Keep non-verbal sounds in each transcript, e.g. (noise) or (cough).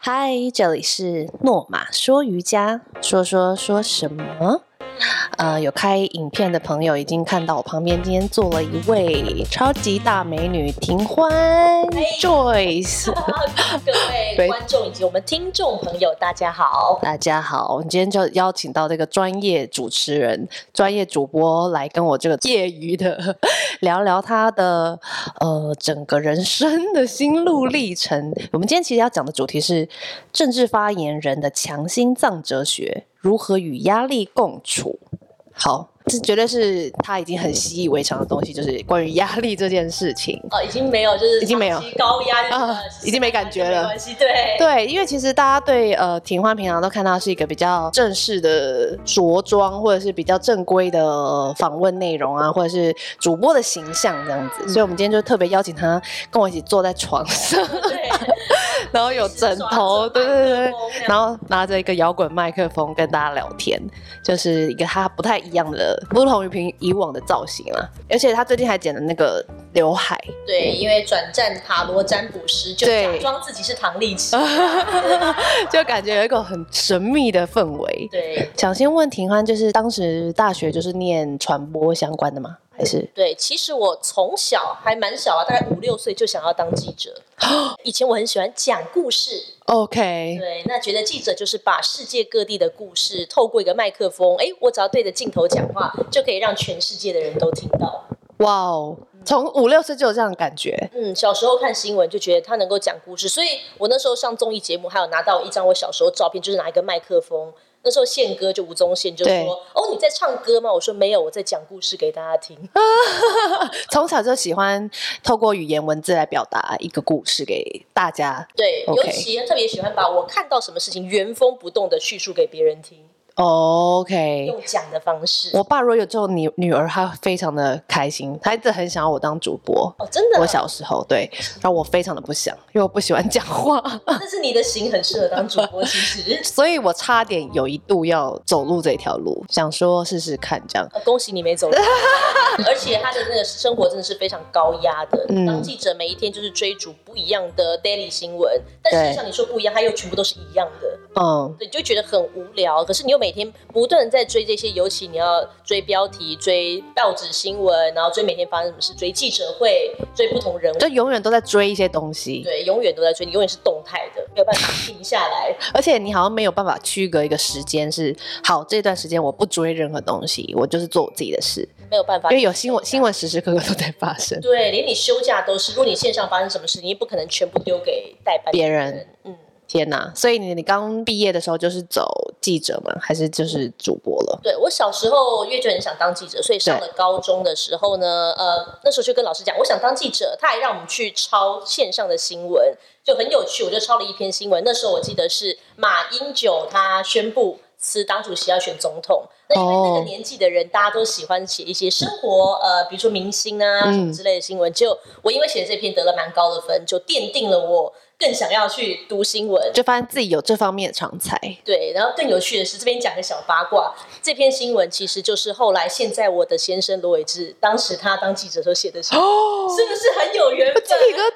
嗨，这里是诺玛说瑜伽，说说说什么？呃，有开影片的朋友已经看到我旁边今天坐了一位超级大美女庭欢 Joyce。 (laughs) 各位观众以及我们听众朋友，大家好。大家好，我们今天就邀请到这个专业主持人、专业主播来跟我这个业余的 (laughs) 聊聊他的呃整个人生的心路历程。我们今天其实要讲的主题是政治发言人的强心脏哲学，如何与压力共处。好，这绝对是他已经很习以为常的东西，就是关于压力这件事情。哦，已经没有，就是已经没有长期高压啊已经没感觉了没关系，(laughs) 对对，因为其实大家对呃庭欢平常都看到是一个比较正式的着装，或者是比较正规的访问内容啊，或者是主播的形象这样子，所以我们今天就特别邀请他跟我一起坐在床上， (laughs) 对，然后有枕头，对对对，对然后拿着一个摇滚麦克风跟大家聊天，就是一个他不太一样的，不同于平以往的造型啊，而且他最近还剪了那个刘海， (laughs) 对，因为转战塔罗占卜师，就对啊假装自己是唐丽奇，就感觉有一个很神秘的氛围。对。想先问庭欢，就是当时大学就是念传播相关的吗？还是对，其实我从小还蛮小啊，大概五六岁就想要当记 (laughs) 者。以前我很喜欢讲故事， OK？对，那觉得记者就是把世界各地的故事透过一个麦克风，哎，我只要对着镜头讲话，就可以让全世界的人都听到。哇哦，从五六岁就有这样的感觉，嗯，小时候看新闻就觉得他能够讲故事，所以我那时候上综艺节目，还有拿到一张我小时候照片，就是拿一个麦克风。那时候宪哥就吴宗宪就对说：“哦，你在唱歌吗？”我说：“没有，我在讲故事给大家听。 (laughs) 从小就喜欢透过语言文字来表达一个故事给大家。对 OK 尤其特别喜欢把我看到什么事情原封不动的叙述给别人听， OK，用讲的方式。我爸如果有这种女女儿，他非常的开心，他一直很想要我当主播。哦，真的，我小时候对，然后我非常的不想，因为我不喜欢讲话， (laughs) 但是你的型很适合当主播，其实。 (laughs) 所以我差点有一度要走路这条路，想说试试看这样。呃恭喜你没 (laughs) 走而且他的那个生活真的是非常高压的。嗯当记者每一天就是追逐不一样的 daily 新闻，但事实上你说不一样，他又全部都是一样的，嗯，对，你就觉得很无聊。可是你又每天不断的在追这些，尤其你要追标题、追报纸新闻，然后追每天发生什么事，追记者会，追不同人物就。永远都在追一些东西，对，永远都在追，你永远是动态的，没有办法停下来。而且你好像没有办法区隔一个时间是好这段时间我不追任何东西，我就是做我自己的事，没有办法因为有新闻新闻时时刻刻都在发生。对，连你休假都是，如果你线上发生什么事，你也不可能全部丢给代班别人，嗯。天哪！所以你你刚毕业的时候就是走记者吗？还是就是主播了？对我小时候因为就很想当记者，所以上了高中的时候呢，呃，那时候就跟老师讲我想当记者，他还让我们去抄线上的新闻，就很有趣。我就抄了一篇新闻，那时候我记得是马英九他宣布辞党主席要选总统，那因为那个哦年纪的人，大家都喜欢写一些生活，呃，比如说明星啊嗯什么之类的新闻，就我因为写这篇得了蛮高的分，就奠定了我更想要去读新闻。就发现自己有这方面的长才，对，然后更有趣的是，这边讲个小八卦，这篇新闻其实就是后来现在我的先生罗伟志，当时他当记者时候写的新闻，哦是不是很有缘分？鸡 (laughs) 皮疙瘩。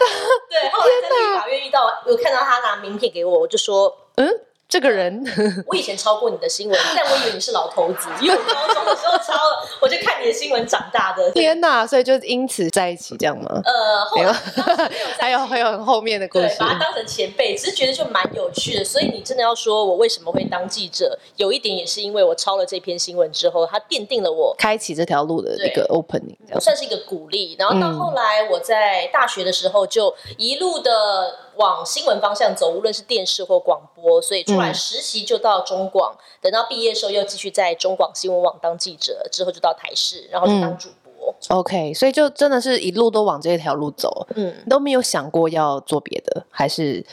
对，后来在立法院遇到，我看到他拿名片给我，我就说。嗯，这个人我以前抄过你的新闻，但我以为你是老头子，因为我高中的时候抄了，我就看你的新闻长大的。天哪！所以就因此在一起这样吗？呃，后没来有 (laughs) 当时没有在哎还有还有很后面的故对，啊事把它当成前辈，只是觉得就蛮有趣的。所以你真的要说我为什么会当记者，有一点也是因为我抄了这篇新闻之后，它奠定了我开启这条路的一个 opening 这样。算是一个鼓励。然后到后来，我在大学的时候就一路的往新闻方向走，无论是电视或广播，所以出来嗯实习就到中广，等到毕业的时候又继续在中广新闻网当记者，之后就到台视，然后就当主播。 OK，所以就真的是一路都往这条路走。嗯，都没有想过要做别的，还是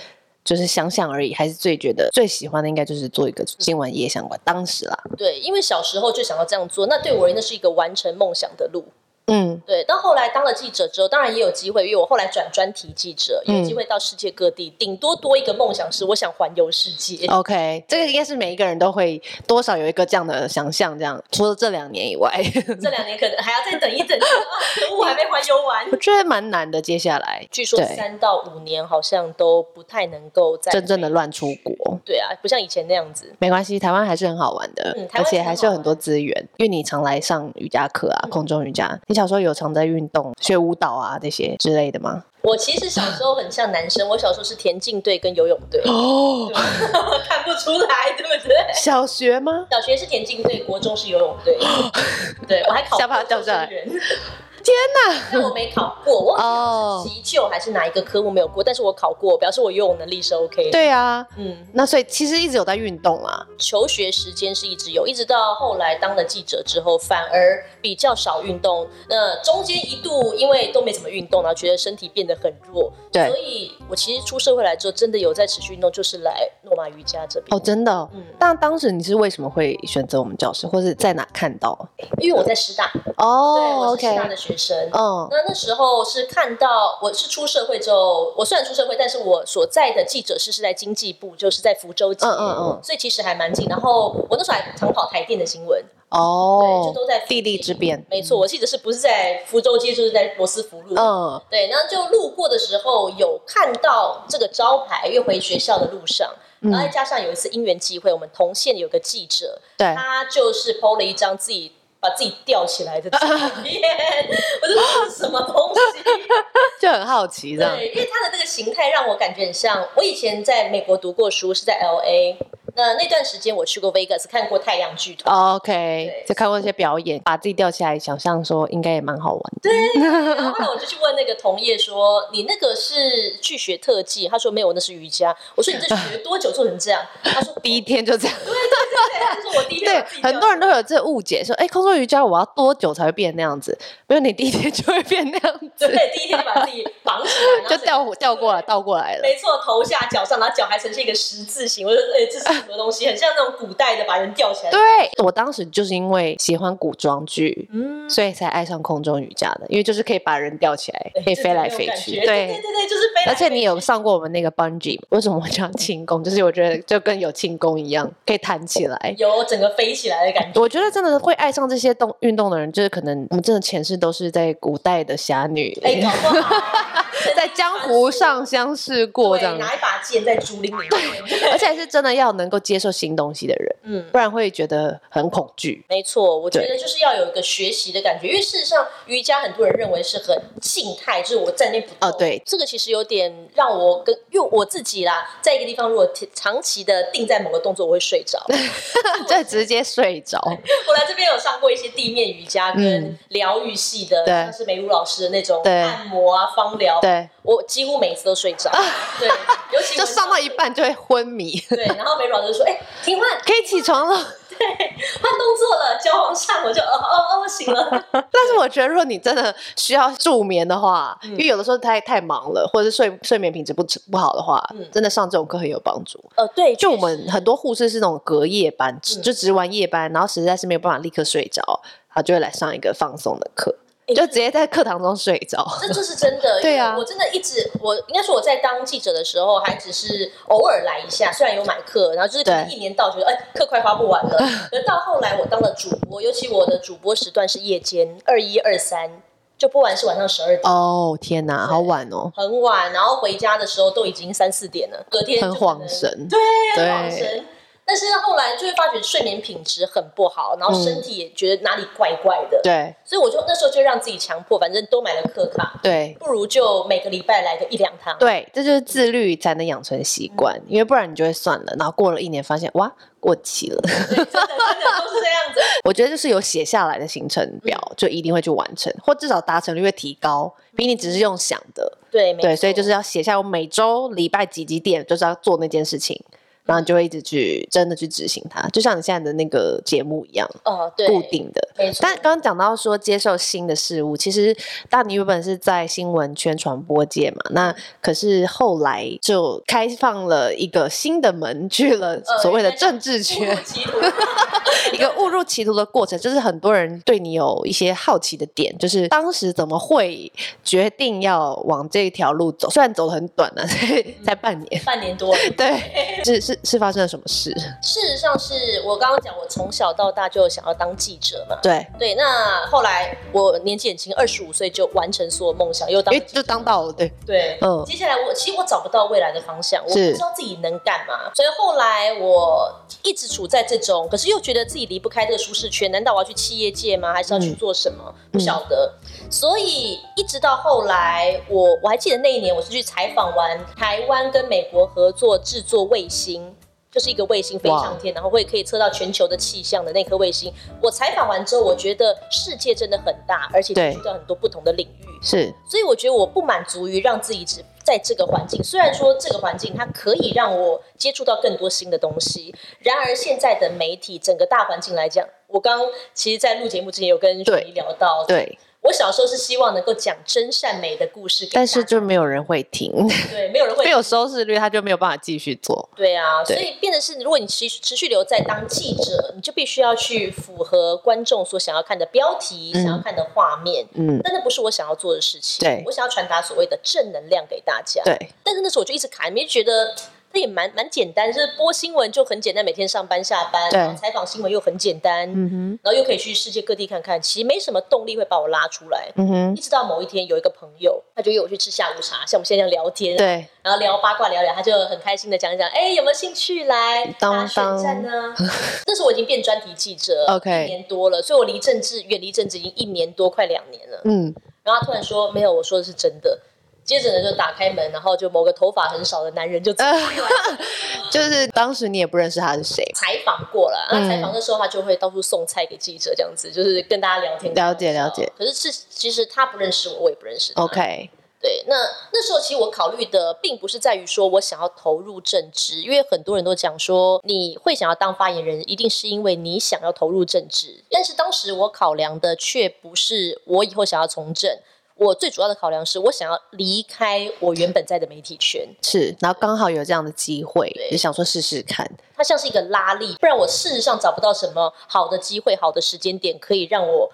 就是想想而已，还是最觉得最喜欢的应该就是做一个新闻业相关。当时啦，对，因为小时候就想要这样做，那对我而言那是一个完成梦想的路。嗯对，到后来当了记者之后，当然也有机会，因为我后来转专题记者，也有机会到世界各地，顶多多一个梦想是我想环游世界。 ，OK，这个应该是每一个人都会多少有一个这样的想象，这样除了这两年以外， (laughs) 这两年可能还要再等一等，啊可恶，还没环游完我。觉得蛮难的。接下来据说对三到五年好像都不太能够再真正的乱出国。对啊，不像以前那样子。没关系，台湾还是很好玩的，嗯台而湾且是很还是有很多资源。因为你常来上瑜伽课啊，嗯空中瑜伽。你小时候有常在运动、学舞蹈啊这些之类的吗？我其实小时候很像男生，我小时候是田径队跟游泳 (laughs) 队，哦，看不出来，对不对？小学吗？小学是田径队，国中是游泳 (laughs) 队，对我还考下巴过掉下来救生员天 (laughs) 但我没考过，我哦忘记是急救还是哪一个科目没有过，但是我考过，表示我游泳能力是 OK。，对啊，嗯，那所以其实一直有在运动啊。求学时间是一直有，一直到后来当了记者之后，反而比较少运动。那中间一度因为都没怎么运动，然后觉得身体变得很弱，所对，以我其实出社会来之后，真的有在持续运动，就是来诺玛瑜伽这边。哦，真的哦、嗯，但当时你是为什么会选择我们教室，或是在哪看到？因为我在师大，对，哦我是师，OK，大的学生。嗯，那那时候是看到我是出社会之后，我虽然出社会，但是我所在的记者室是在经济部，就是在福州街，嗯嗯嗯所以其实还蛮近。然后我那时候还常跑台电的新闻，对，哦就，都在附地近利之变，没错，我记得是不是在福州街，就是在罗斯福路。嗯，对，那就路过的时候有看到这个招牌，因为回学校的路上，嗯然后再加上有一次因缘际会，我们同县有个记者，对，他就是 PO 了一张自己把自己吊起来的照 (laughs) 片，我就说这是什么东西？就很好奇这样，对，因为他的那个形态让我感觉很像我以前在美国读过书，是在 L A。那那段时间我去过 Vegas 看过太阳剧团，哦 OK，对就看过一些表演，把自己吊起来，想象说应该也蛮好玩的。然后后来我就去问那个同业说：“你那个是去学特技？”他说：“没有，那是瑜伽。”我说：“你这学多久做成这样？”他说：“第一天就这样， (laughs) 对，他说我第一天对把自己，很吊多人都有这误解，说哎，空中瑜伽我要多久才会变那样子？ (laughs) 没有，你第一天就会变那样子，对，第一天就把自己绑起来，然就后整个掉掉过来，倒过来了。没错，头下脚上，然后脚还呈现一个十字形。我就说，哎、这是什么东西？很像那种古代的把人吊起来。对，我当时就是因为喜欢古装剧，嗯，所以才爱上空中瑜伽的，因为就是可以把人吊起来，可以这飞种来有飞感去。觉对对对对，就是飞来而且你飞有去上过我们那个 bungee，为 (laughs) 什么我讲轻功？就是我觉得就跟有轻功一样，可以弹起来。有整个飞起来的感觉。我觉得真的会爱上这些动运动的人，就是可能我们真的前世都是在古代的侠女，哎、搞不好 (laughs) 在江湖上相识过这对样，拿一把剑在竹林里面。而 (laughs) 且是真的要能够接受新东西的人，嗯，不然会觉得很恐 (laughs) 惧。没错，我觉对得就是要有一个学习的感觉，因为事实上瑜伽很多人认为是很静态，就是我站那不动哦对这个其实有点让我跟，因为我自己啦，在一个地方如果长期的定在某个动作，我会 (laughs) 睡着。这直接睡着，我来这边有上过一些地面瑜伽跟嗯疗愈系的，对像是梅如老师的那种对按摩啊、芳疗，对，我几乎每一次都睡 (laughs) 着。对，尤其就上到一半就会昏迷，对，然后梅如老师就说：“哎、停换可以起床了。 (laughs) 换动作了，交往上。”我就哦哦哦，醒 (laughs) 了。但是我觉得，如果你真的需要助眠的话，嗯因为有的时候太太忙了，或者是睡睡眠品质不不好的话，嗯真的上这种课很有帮助。呃，对，就我确实们很多护士是那种隔夜班，只嗯就值完夜班，然后实在是没有办法立刻睡着，他就会来上一个放松的课，诶就直接在课堂中睡着。 (laughs) 这这是真的，对啊因为我真的一直，我应该说我在当记者的时候，还只是偶尔来一下，虽然有买课，然后就是可能对一年到头觉得，哎，课快花不完了。 (laughs) 而到后来我当了主播，尤其我的主播时段是夜间二一二三，就播完是晚上十二点。哦天哪，对好晚哦，很晚，然后回家的时候都已经三四点了，隔天就很可恍，能神。 (laughs) 对，对很恍神。但是后来就会发觉睡眠品质很不好，然后身体也觉得哪里怪怪的，嗯对所以我就那时候就让自己强迫，反正都买了课卡，对不如就每个礼拜来个一两堂。对，这就是自律才能养成习惯，因为不然你就会算了，然后过了一年发现哇过期了。 (laughs) 对，真的真的都是这样子。我觉得就是有写下来的行程表，嗯就一定会去完成，或至少达成率会提高，比你只是用想的。对，没对，错所以就是要写下我每周礼拜几几点就是要做那件事情，然后你就会一直去真的去执行它，就像你现在的那个节目一样，哦，对，固定的。没错。但刚刚讲到说接受新的事物，其实大你原本是在新闻圈传播界嘛，那可是后来就开放了一个新的门，去了呃所谓的政治误圈入，歧途一个误入歧途的过程，就是很多人对你有一些好奇的点，就是当时怎么会决定要往这条路走？虽然走得很短啊， (laughs) 才嗯才半年，半年 (laughs) 多了， (laughs) 对，是是是发生了什么事？事实上是我刚刚讲，我从小到大就想要当记者嘛。对，对，那后来我年纪很轻，二十五岁就完成所有梦想，又当因了为记者就当到了，对，对，嗯接下来我其实我找不到未来的方向，我不是知道自己能干嘛，所以后来我一直处在这种，可是又觉得自己离不开这个舒适圈，难道我要去企业界吗？还是要去做什么？嗯不晓得。所以一直到后来，我我还记得那一年，我是去采访完台湾跟美国合作制作卫星。就是一个卫星飞哇上天，然后会可以测到全球的气象的那颗卫星。我采访完之后，我觉得世界真的很大，而且对接触到很多不同的领域。是所以我觉得我不满足于让自己只在这个环境，虽然说这个环境它可以让我接触到更多新的东西，然而现在的媒体整个大环境来讲，我刚其实，在录节目之前有跟雪对姨聊到，对，我小时候是希望能够讲真善美的故事给大但家，是就没有人会听，对没有人会没有收视率，他就没有办法继续做。对啊，对所以变得是，如果你持持续留在当记者，你就必须要去符合观众所想要看的标题、嗯想要看的画面，嗯，但那不是我想要做的事情。对我想要传达所谓的正能量给大家。对，但是那时候我就一直卡，你就觉得那也蛮蛮简单，就是播新闻就很简单，每天上班下班，对然后采访新闻又很简单，嗯然后又可以去世界各地看看，其实没什么动力会把我拉出来。哼，嗯哼，一直到某一天，有一个朋友，他就约我去吃下午茶，像我们现在这样聊天，对，然后聊八卦聊聊，他就很开心的讲一讲，哎，有没有兴趣来当打选战呢？ (laughs) 那时候我已经变专题记者 OK 一年多了，所以我离政治远离政治已经一年多，快两年了。嗯，然后他突然说没有，我说的是真的。接着呢，就打开门，然后就某个头发很少的男人就自己呃就是当时你也不认识他是谁，采访 (laughs) 过了。那嗯采访的时候，他就会到处送菜给记者，这样子就是跟大家聊天。了解了解。可是是其实他不认识我，我也不认识他。 ，OK，对，那那时候其实我考虑的并不是在于说我想要投入政治，因为很多人都讲说你会想要当发言人，一定是因为你想要投入政治。但是当时我考量的却不是我以后想要从政，我最主要的考量是我想要离开我原本在的媒体圈，是，然后刚好有这样的机会对，就想说试试看，它像是一个拉力，不然我事实上找不到什么好的机会、好的时间点可以让我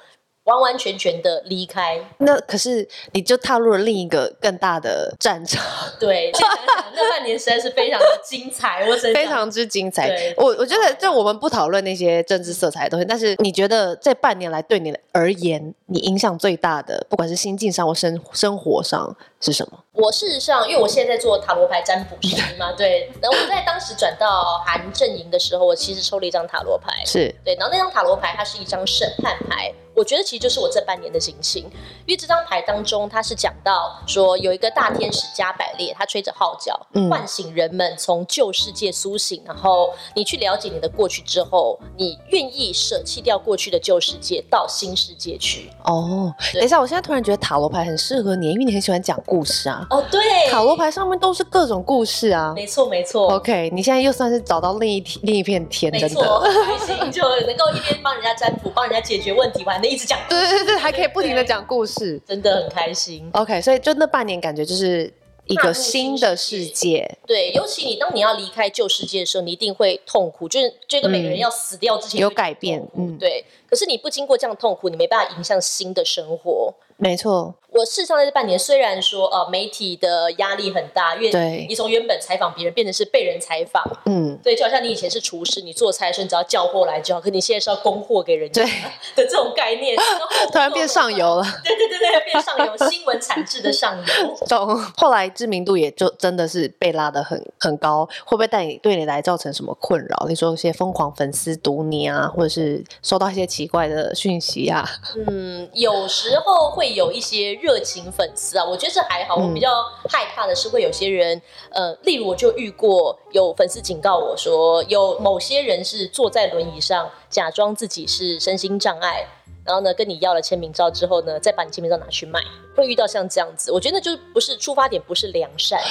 完完全全的离开那可是你就踏入了另一个更大的战场，对，现在想想那半年实在是非常的精彩，我真非常之精彩对。我我觉得，就我们不讨论那些政治色彩的东西，但是你觉得这半年来对你而言，你影响最大的，不管是心境上或生生活上是什么？我事实上，因为我现在在做塔罗牌占卜师嘛，对，然后我在当时转到韩阵营的时候，我其实抽了一张塔罗牌，是对，然后那张塔罗牌它是一张审判牌，我觉得其实就是我这半年的警醒，因为这张牌当中它是讲到说有一个大天使加百列，他吹着号角嗯，唤醒人们从旧世界苏醒，然后你去了解你的过去之后，你愿意舍弃掉过去的旧世界，到新世界去。哦。对等一下，我现在突然觉得塔罗牌很适合你，因为你很喜欢讲故事啊。哦，对，塔罗牌上面都是各种故事啊。没错没错。 OK，你现在又算是找到另一天另一片天，没真错，的。很开心，就能够一边帮人家占卜，帮人家解决问题，我还能一直讲，对对对，还可以不停的讲故事。真的很开心。 OK，所以就那半年感觉就是一踏个入新新的世世界界，对，尤其你当你要离开旧世界的时候，你一定会痛苦，就是就跟每个人要死掉之前、嗯有改变。嗯，对。可是你不经过这样的痛苦，你没办法迎向新的生活。没错。我事实上在这半年，虽然说呃媒体的压力很大，因对为你从原本采访别人变成是被人采访，嗯，对，就好像你以前是厨师，你做菜的时候你只要叫货来就好，可你现在是要供货给人家对的这种 (laughs) 概念，然后突然变上游了， (laughs) 对对对对，变上游，新闻产制的上游。懂。后来知名度也就真的是被拉得很很高，会不会带你对你来造成什么困扰？你说一些疯狂粉丝堵你啊，或者是收到一些奇怪的讯息啊？嗯，有时候会有一些热情粉丝啊，我觉得这还好。嗯我比较害怕的是会有些人，呃，例如我就遇过有粉丝警告我说，有某些人是坐在轮椅上，假装自己是身心障碍。然后呢跟你要了签名照之后呢，再把你签名照拿去卖，会遇到像这样子，我觉得那就是不是出发点不是良善，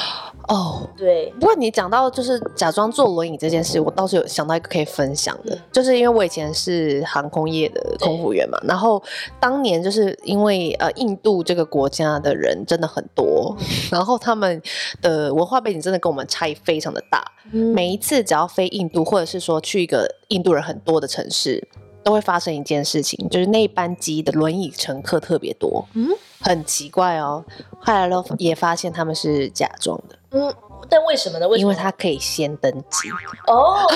哦。对，不过你讲到就是假装坐轮椅这件事，我倒是有想到一个可以分享的嗯，就是因为我以前是航空业的空服员嘛，然后当年就是因为呃印度这个国家的人真的很多，然后他们的文化背景真的跟我们差异非常的大，嗯每一次只要飞印度，或者是说去一个印度人很多的城市，都会发生一件事情，就是那一班机的轮椅乘客特别多，嗯嗯，很奇怪哦。后来都也发现他们是假装的，嗯，但为什么呢？为什因么为他可以先登机，哦，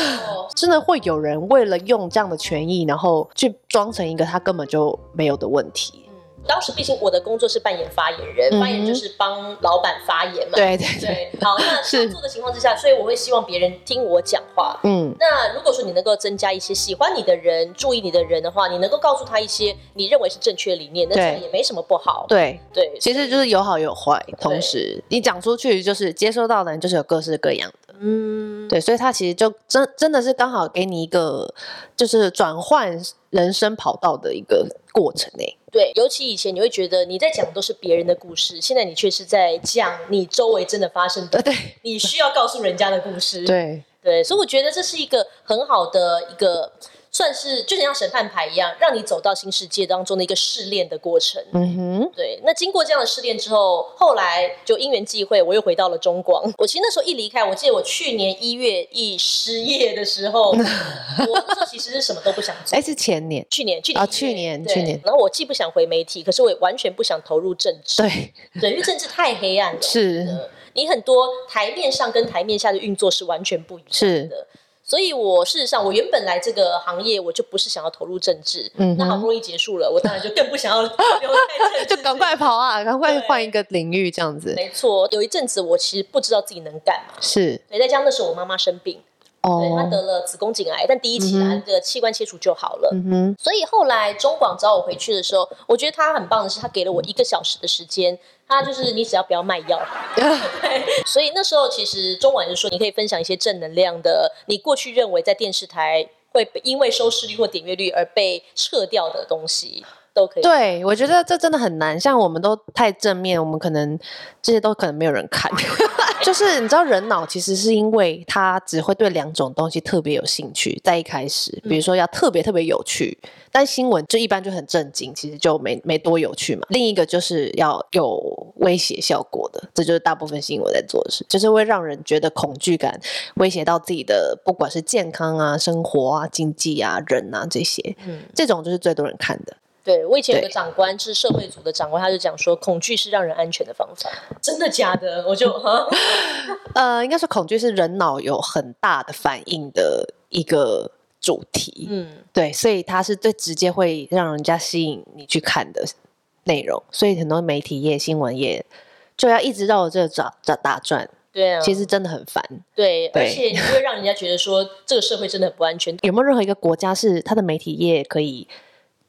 真的会有人为了用这样的权益，然后去装成一个他根本就没有的问题。嗯，当时毕竟我的工作是扮演发言人，嗯哼发言就是帮老板发言嘛，对对对，对，(laughs) 好，那是工作的情况之下，所以我会希望别人听我讲话。嗯，那如果说你能够增加一些喜欢你的人、注意你的人的话，你能够告诉他一些你认为是正确的理念，那这对样也没什么不好。对，对，其实就是有好有坏，同时你讲出去，就是接收到的人就是有各式各样的。嗯，对，所以他其实就真真的是刚好给你一个就是转换人生跑道的一个过程欸诶、对，尤其以前你会觉得你在讲的都是别人的故事，现在你却是在讲你周围真的发生的，对你需要告诉人家的故事。对对，所以我觉得这是一个很好的一个，算是就像审判牌一样，让你走到新世界当中的一个试炼的过程。嗯哼，对，那经过这样的试炼之后，后来就因缘际会，我又回到了中广。我其实那时候一离开，我记得我去年一月一失业的 (laughs) 时候，我那时候其实是什么都不想做。哎、是前年，去年，去年啊一月去年对去年然后我既不想回媒体，可是我也完全不想投入政治，对，对，因为政治太黑暗了。是你很多台面上跟台面下的运作是完全不一样的。所以我事实上，我原本来这个行业，我就不是想要投入政治。嗯哼那好不容易结束了，我当然就更不 (laughs) 想要留在政治就赶快跑啊，赶快换一个领域这样子，没错，有一阵子我其实不知道自己能干嘛，是对，再加上那时候我妈妈生病，对，她哦，得了子宫颈癌，但第一期啊，嗯哼这个器官切除就好了。嗯哼，所以后来中广找我回去的时候，我觉得他很棒的是，他给了我一个小时的时间。他就是你只要不要卖 (laughs) 药，所以那时候其实中广就说你可以分享一些正能量的，你过去认为在电视台会被因为收视率或点阅率而被撤掉的东西都可以。对，我觉得这真的很难。像我们都太正面，我们可能这些都可能没有人看。 (laughs) 就是你知道，人脑其实是因为他只会对两种东西特别有兴趣，在一开始，比如说要特别特别有趣，但新闻就一般就很震惊，其实就没没多有趣嘛。另一个就是要有威胁效果的，这就是大部分新闻在做的事，就是会让人觉得恐惧感威胁到自己的，不管是健康啊、生活啊、经济啊、人啊这些，嗯，这种就是最多人看的。对我以前有个对长官是社会组的长官，他就讲说恐惧是让人安全的方 (laughs) 法，真的假的？我就哈，呃，应该说恐惧是人脑有很大的反应的一个主题，嗯，对，所以它是最直接会让人家吸引你去看的内容，所以很多媒体业、新闻业就要一直绕着这个打打打转，对啊，其实真的很烦。对，而对且你会让人家觉得说这个社会真的很不安全，有没有任何一个国家是它的媒体业可以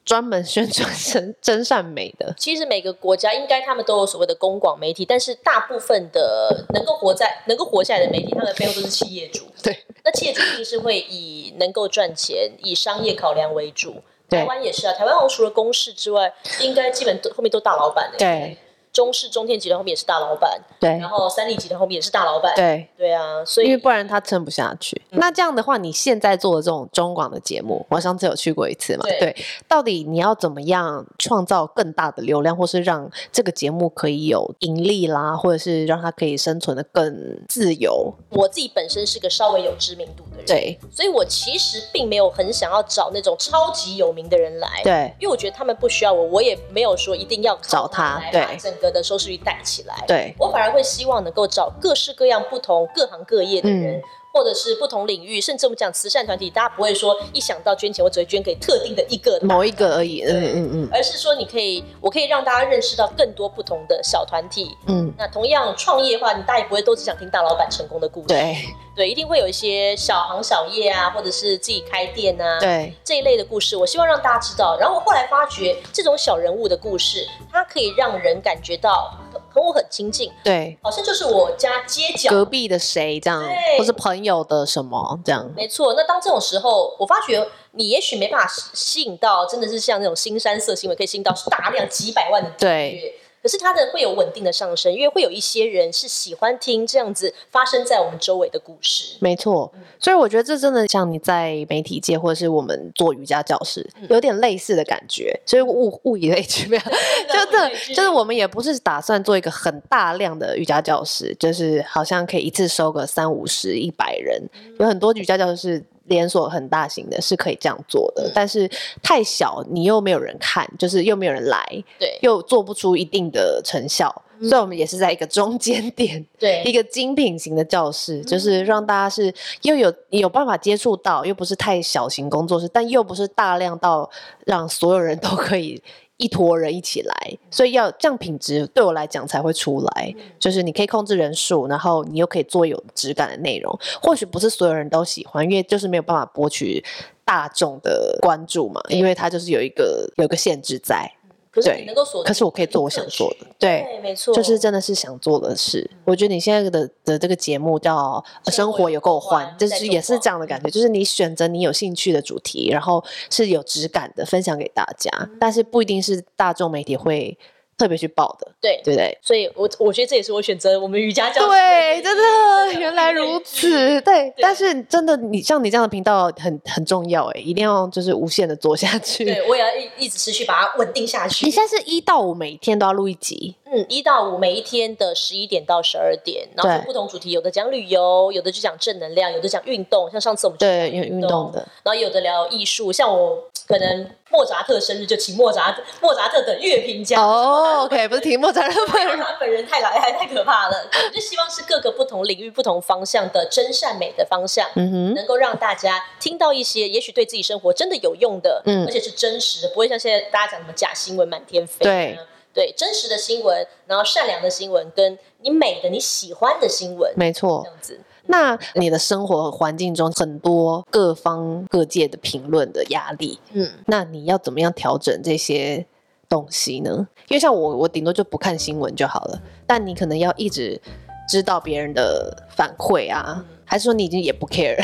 专门宣传 (laughs) 真真善美的？其实每个国家应该他们都有所谓的公广媒体，但是大部分的能够活在能够活下来的媒体，他们背后都是企业主。 (laughs) 对，那企业主一定是会以能够赚钱、以商业考量为主。对台湾也是啊，台湾好像除了公视之外，应该基本都后面都大老板、欸。对，中视、中天集团后面也是大老板，对然后三立集团后面也是大老板。，对，嗯啊，所因为以不然他撑不下去。那这样的话，你现在做的这种中广的节目，我上次有去过一次嘛？对到底你要怎么样创造更大的流量，或是让这个节目可以有盈利啦，或者是让它可以生存的更自由？我自己本身是个稍微有知名度的人，，对所以我其实并没有很想要找那种超级有名的人来。对因为我觉得他们不需要我，我也没有说一定要靠找他来对把整个的收视率带起来。，对，我反而会希望能够找各式各样、不同各行各业的人。嗯或者是不同领域，甚至我们讲慈善团体，大家不会说一想到捐钱，我只会捐给特定的一个，某一个而已。嗯嗯嗯而是说你可以，我可以让大家认识到更多不同的小团体。嗯，那同样创业的话，你大家也不会都只想听大老板成功的故事，对对，一定会有一些小行小业啊，或者是自己开店啊，对这一类的故事，我希望让大家知道。然后我后来发觉，这种小人物的故事，它可以让人感觉到跟我很亲近，对，好像就是我家街角隔壁的谁这样，对或是朋友的什么这样，没错，那当这种时候，我发觉你也许没办法吸引到，真的是像那种新山色新闻可以吸引到大量几百万的订对阅，可是它的会有稳定的上升，因为会有一些人是喜欢听这样子发生在我们周围的故事。没错，所以我觉得这真的像你在媒体界，或者是我们做瑜伽教室，有点类似的感觉。所以物物以类聚，没有，就物以类聚这就是我们也不是打算做一个很大量的瑜伽教室，就是好像可以一次收个三五十、一百人，有很多瑜伽教室是连锁很大型的，是可以这样做的嗯。但是太小，你又没有人看，就是又没有人来，对又做不出一定的成效。所以我们也是在一个中间点，一对个精品型的教室，就是让大家是又有有办法接触到，又不是太小型工作室，但又不是大量到让所有人都可以一坨人一起来，所以要这样品质对我来讲才会出来。就是你可以控制人数，然后你又可以做有质感的内容，或许不是所有人都喜欢，因为就是没有办法博取。大众的关注嘛，因为它就是有一个有一个限制在，可是对你能够所，可是我可以做我想做的，对，对，没错，就是真的是想做的事。我觉得你现在的的这个节目叫《生生活活有有够够欢欢》，嗯就在是做也是梦这样的感觉，就是你选择你有兴趣的主题，然后是有质感的分享给大家，但是不一定是大众媒体会特别去报的，对。对不对？所以我我觉得这也是我选择我们瑜伽教室对，真的，对原来如此。对，但是真的，你像你这样的频道很很重要哎，一定要就是无限的做下去。对，我也要一一直持续把它稳定下去。你现在是一到五每天都要录一集，嗯，一到五每一天的十一点到十二点，然后对就不同主题，有的讲旅游，有的就讲正能量，有的讲运动，像上次我们就对，讲有运动的，然后有的聊艺术，像我可能莫扎特生日就请莫扎莫扎特的乐评家。哦、o k 不是题目责任本人。 (laughs) 他本人太老 (laughs) 太太可怕了，我就希望是各个不同领域、不同方向的真善美的方向，嗯哼，能够让大家听到一些也许对自己生活真的有用的，嗯而且是真实的，不会像现在大家讲什么假新闻满天飞啊。对对，真实的新闻，然后善良的新闻，跟你美的、你喜欢的新闻，没错这。样子。那你的生活环境中很多各方各界的评论的压力，嗯，那你要怎么样调整这些东西呢？因为像我，我顶多就不看新闻就好了，但你可能要一直知道别人的反馈啊，还是说你已经也不 care，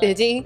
已经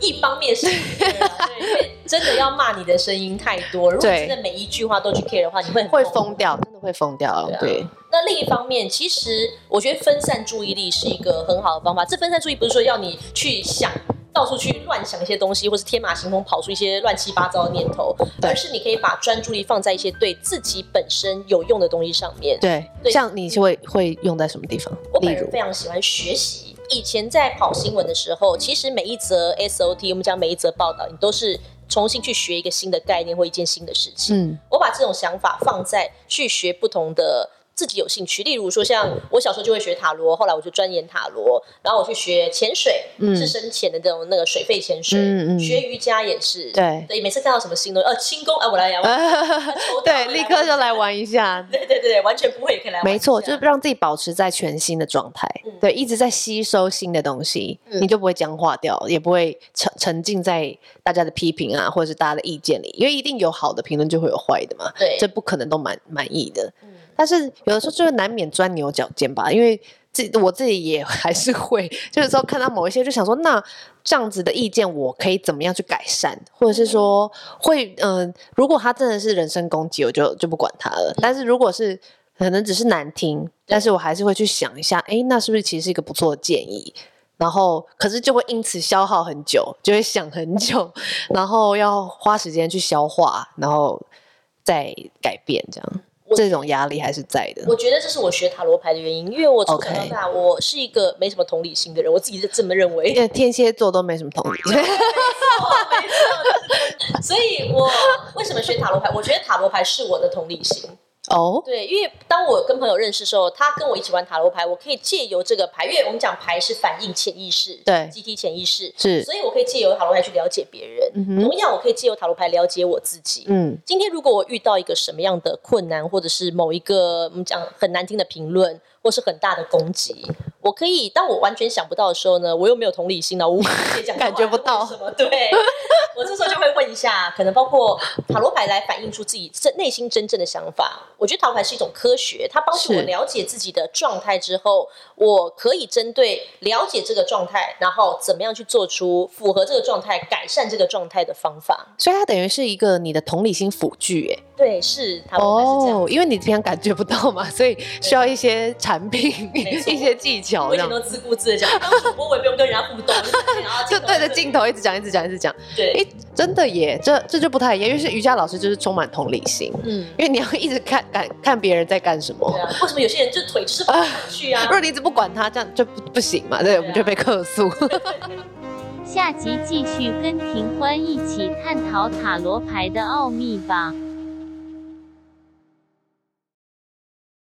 一方面是 care 啊对，因为真的要骂你的声音太多，如果对真的每一句话都去 care 的话，你会很会疯。掉，真的会疯掉对啊。对，那另一方面，其实我觉得分散注意力是一个很好的方法。这分散注意不是说要你去想到处去乱想一些东西，或是天马行空跑出一些乱七八糟的念头，对而是你可以把专注力放在一些对自己本身有用的东西上面。对，对像你会会用在什么地方我？例本人如非，常喜欢学习。以前在跑新闻的时候，其实每一则 SOT，我们讲每一则报道，你都是重新去学一个新的概念或一件新的事情。嗯， (laughs) 我把这种想法放在去学不同的自己有兴趣，例如说像我小时候就会学塔罗，后来我就钻研塔罗，然后我去学潜水，嗯是深潜的那种那个水肺潜水，嗯嗯学瑜伽也是。对对，每次看到什么新东西，呃，轻功，哎、我来呀，我来抽到对，立刻就来玩一下，对对对，完全不会也可以来玩一下。没错，就是让自己保持在全新的状态，嗯对，一直在吸收新的东西，嗯你就不会僵化掉，也不会沉沉浸在大家的批评啊，或者是大家的意见里，因为一定有好的评论，就会有坏的嘛，对这不可能都满满意的。嗯但是有的时候就会难免钻牛角尖吧，因为自己我自己也还是会， (laughs) 就是说看到某一些就想说，那这样子的意见我可以怎么样去改善，或者是说会嗯、呃如果他真的是人身攻击，我就就不管他了。但是如果是可能只是难听，但是我还是会去想一下，诶，那是不是其实是一个不错的建议？然后，可是就会因此消耗很久，就会想很久， (laughs) 然后要花时间去消化，然后再改变，这样我这种压力还是在的。我觉得这是我学塔罗牌的原因，因为我从小 OK 到大我是一个没什么同理心的人，我自己是这么认为 (laughs) 哦因。为天蝎座都没什么同理，所以我为什么学塔罗牌？我觉得塔罗牌是我的同理心。 (laughs) 哦，对，因为当我跟朋友认识的时候，他跟我一起玩塔罗牌，我可以借由这个牌，因为我们讲牌是反映潜意识，对集体潜意识，是所以我可以借由塔罗牌去了解别人。嗯哼同样，我可以借由塔罗牌了解我自己。嗯，今天如果我遇到一个什么样的困难，或者是某一个我们讲很难听的评论，或是很大的攻击，我可以，当我完全想不到的时候呢，我又没有同理心了，我无法理解感觉不到什么。对， (laughs) 我这时候就会问一下，可能包括塔罗牌来反映出自己真内心真正的想法。我觉得塔罗牌是一种科学，它帮助我是了解自己的状态之后，我可以针对了解这个状态，然后怎么样去做出符合这个状态、改善这个状态的方法。所以它等于是一个你的同理心辅具，哎，对，是塔罗牌哦是这样。，因为你平常感觉不到嘛，所以需要一些产品、没 (laughs) 错一些技巧我这以样。前都自顾自的讲，当主播我也不用跟人家 (laughs) 互动，我就在那边然后就镜头对着镜头一直讲，一直讲，一直讲。对，诶，真的耶，这这就不太一样，因为是瑜伽老师就是充满同理心，嗯，因为你要一直看看看别人在干什么对。啊，为什么有些人就 (laughs) 腿就是不上去啊如？果你一直不管他，这样就不不行嘛，对，我们就被客诉。下集继续跟庭欢一起探讨塔罗牌的奥秘吧。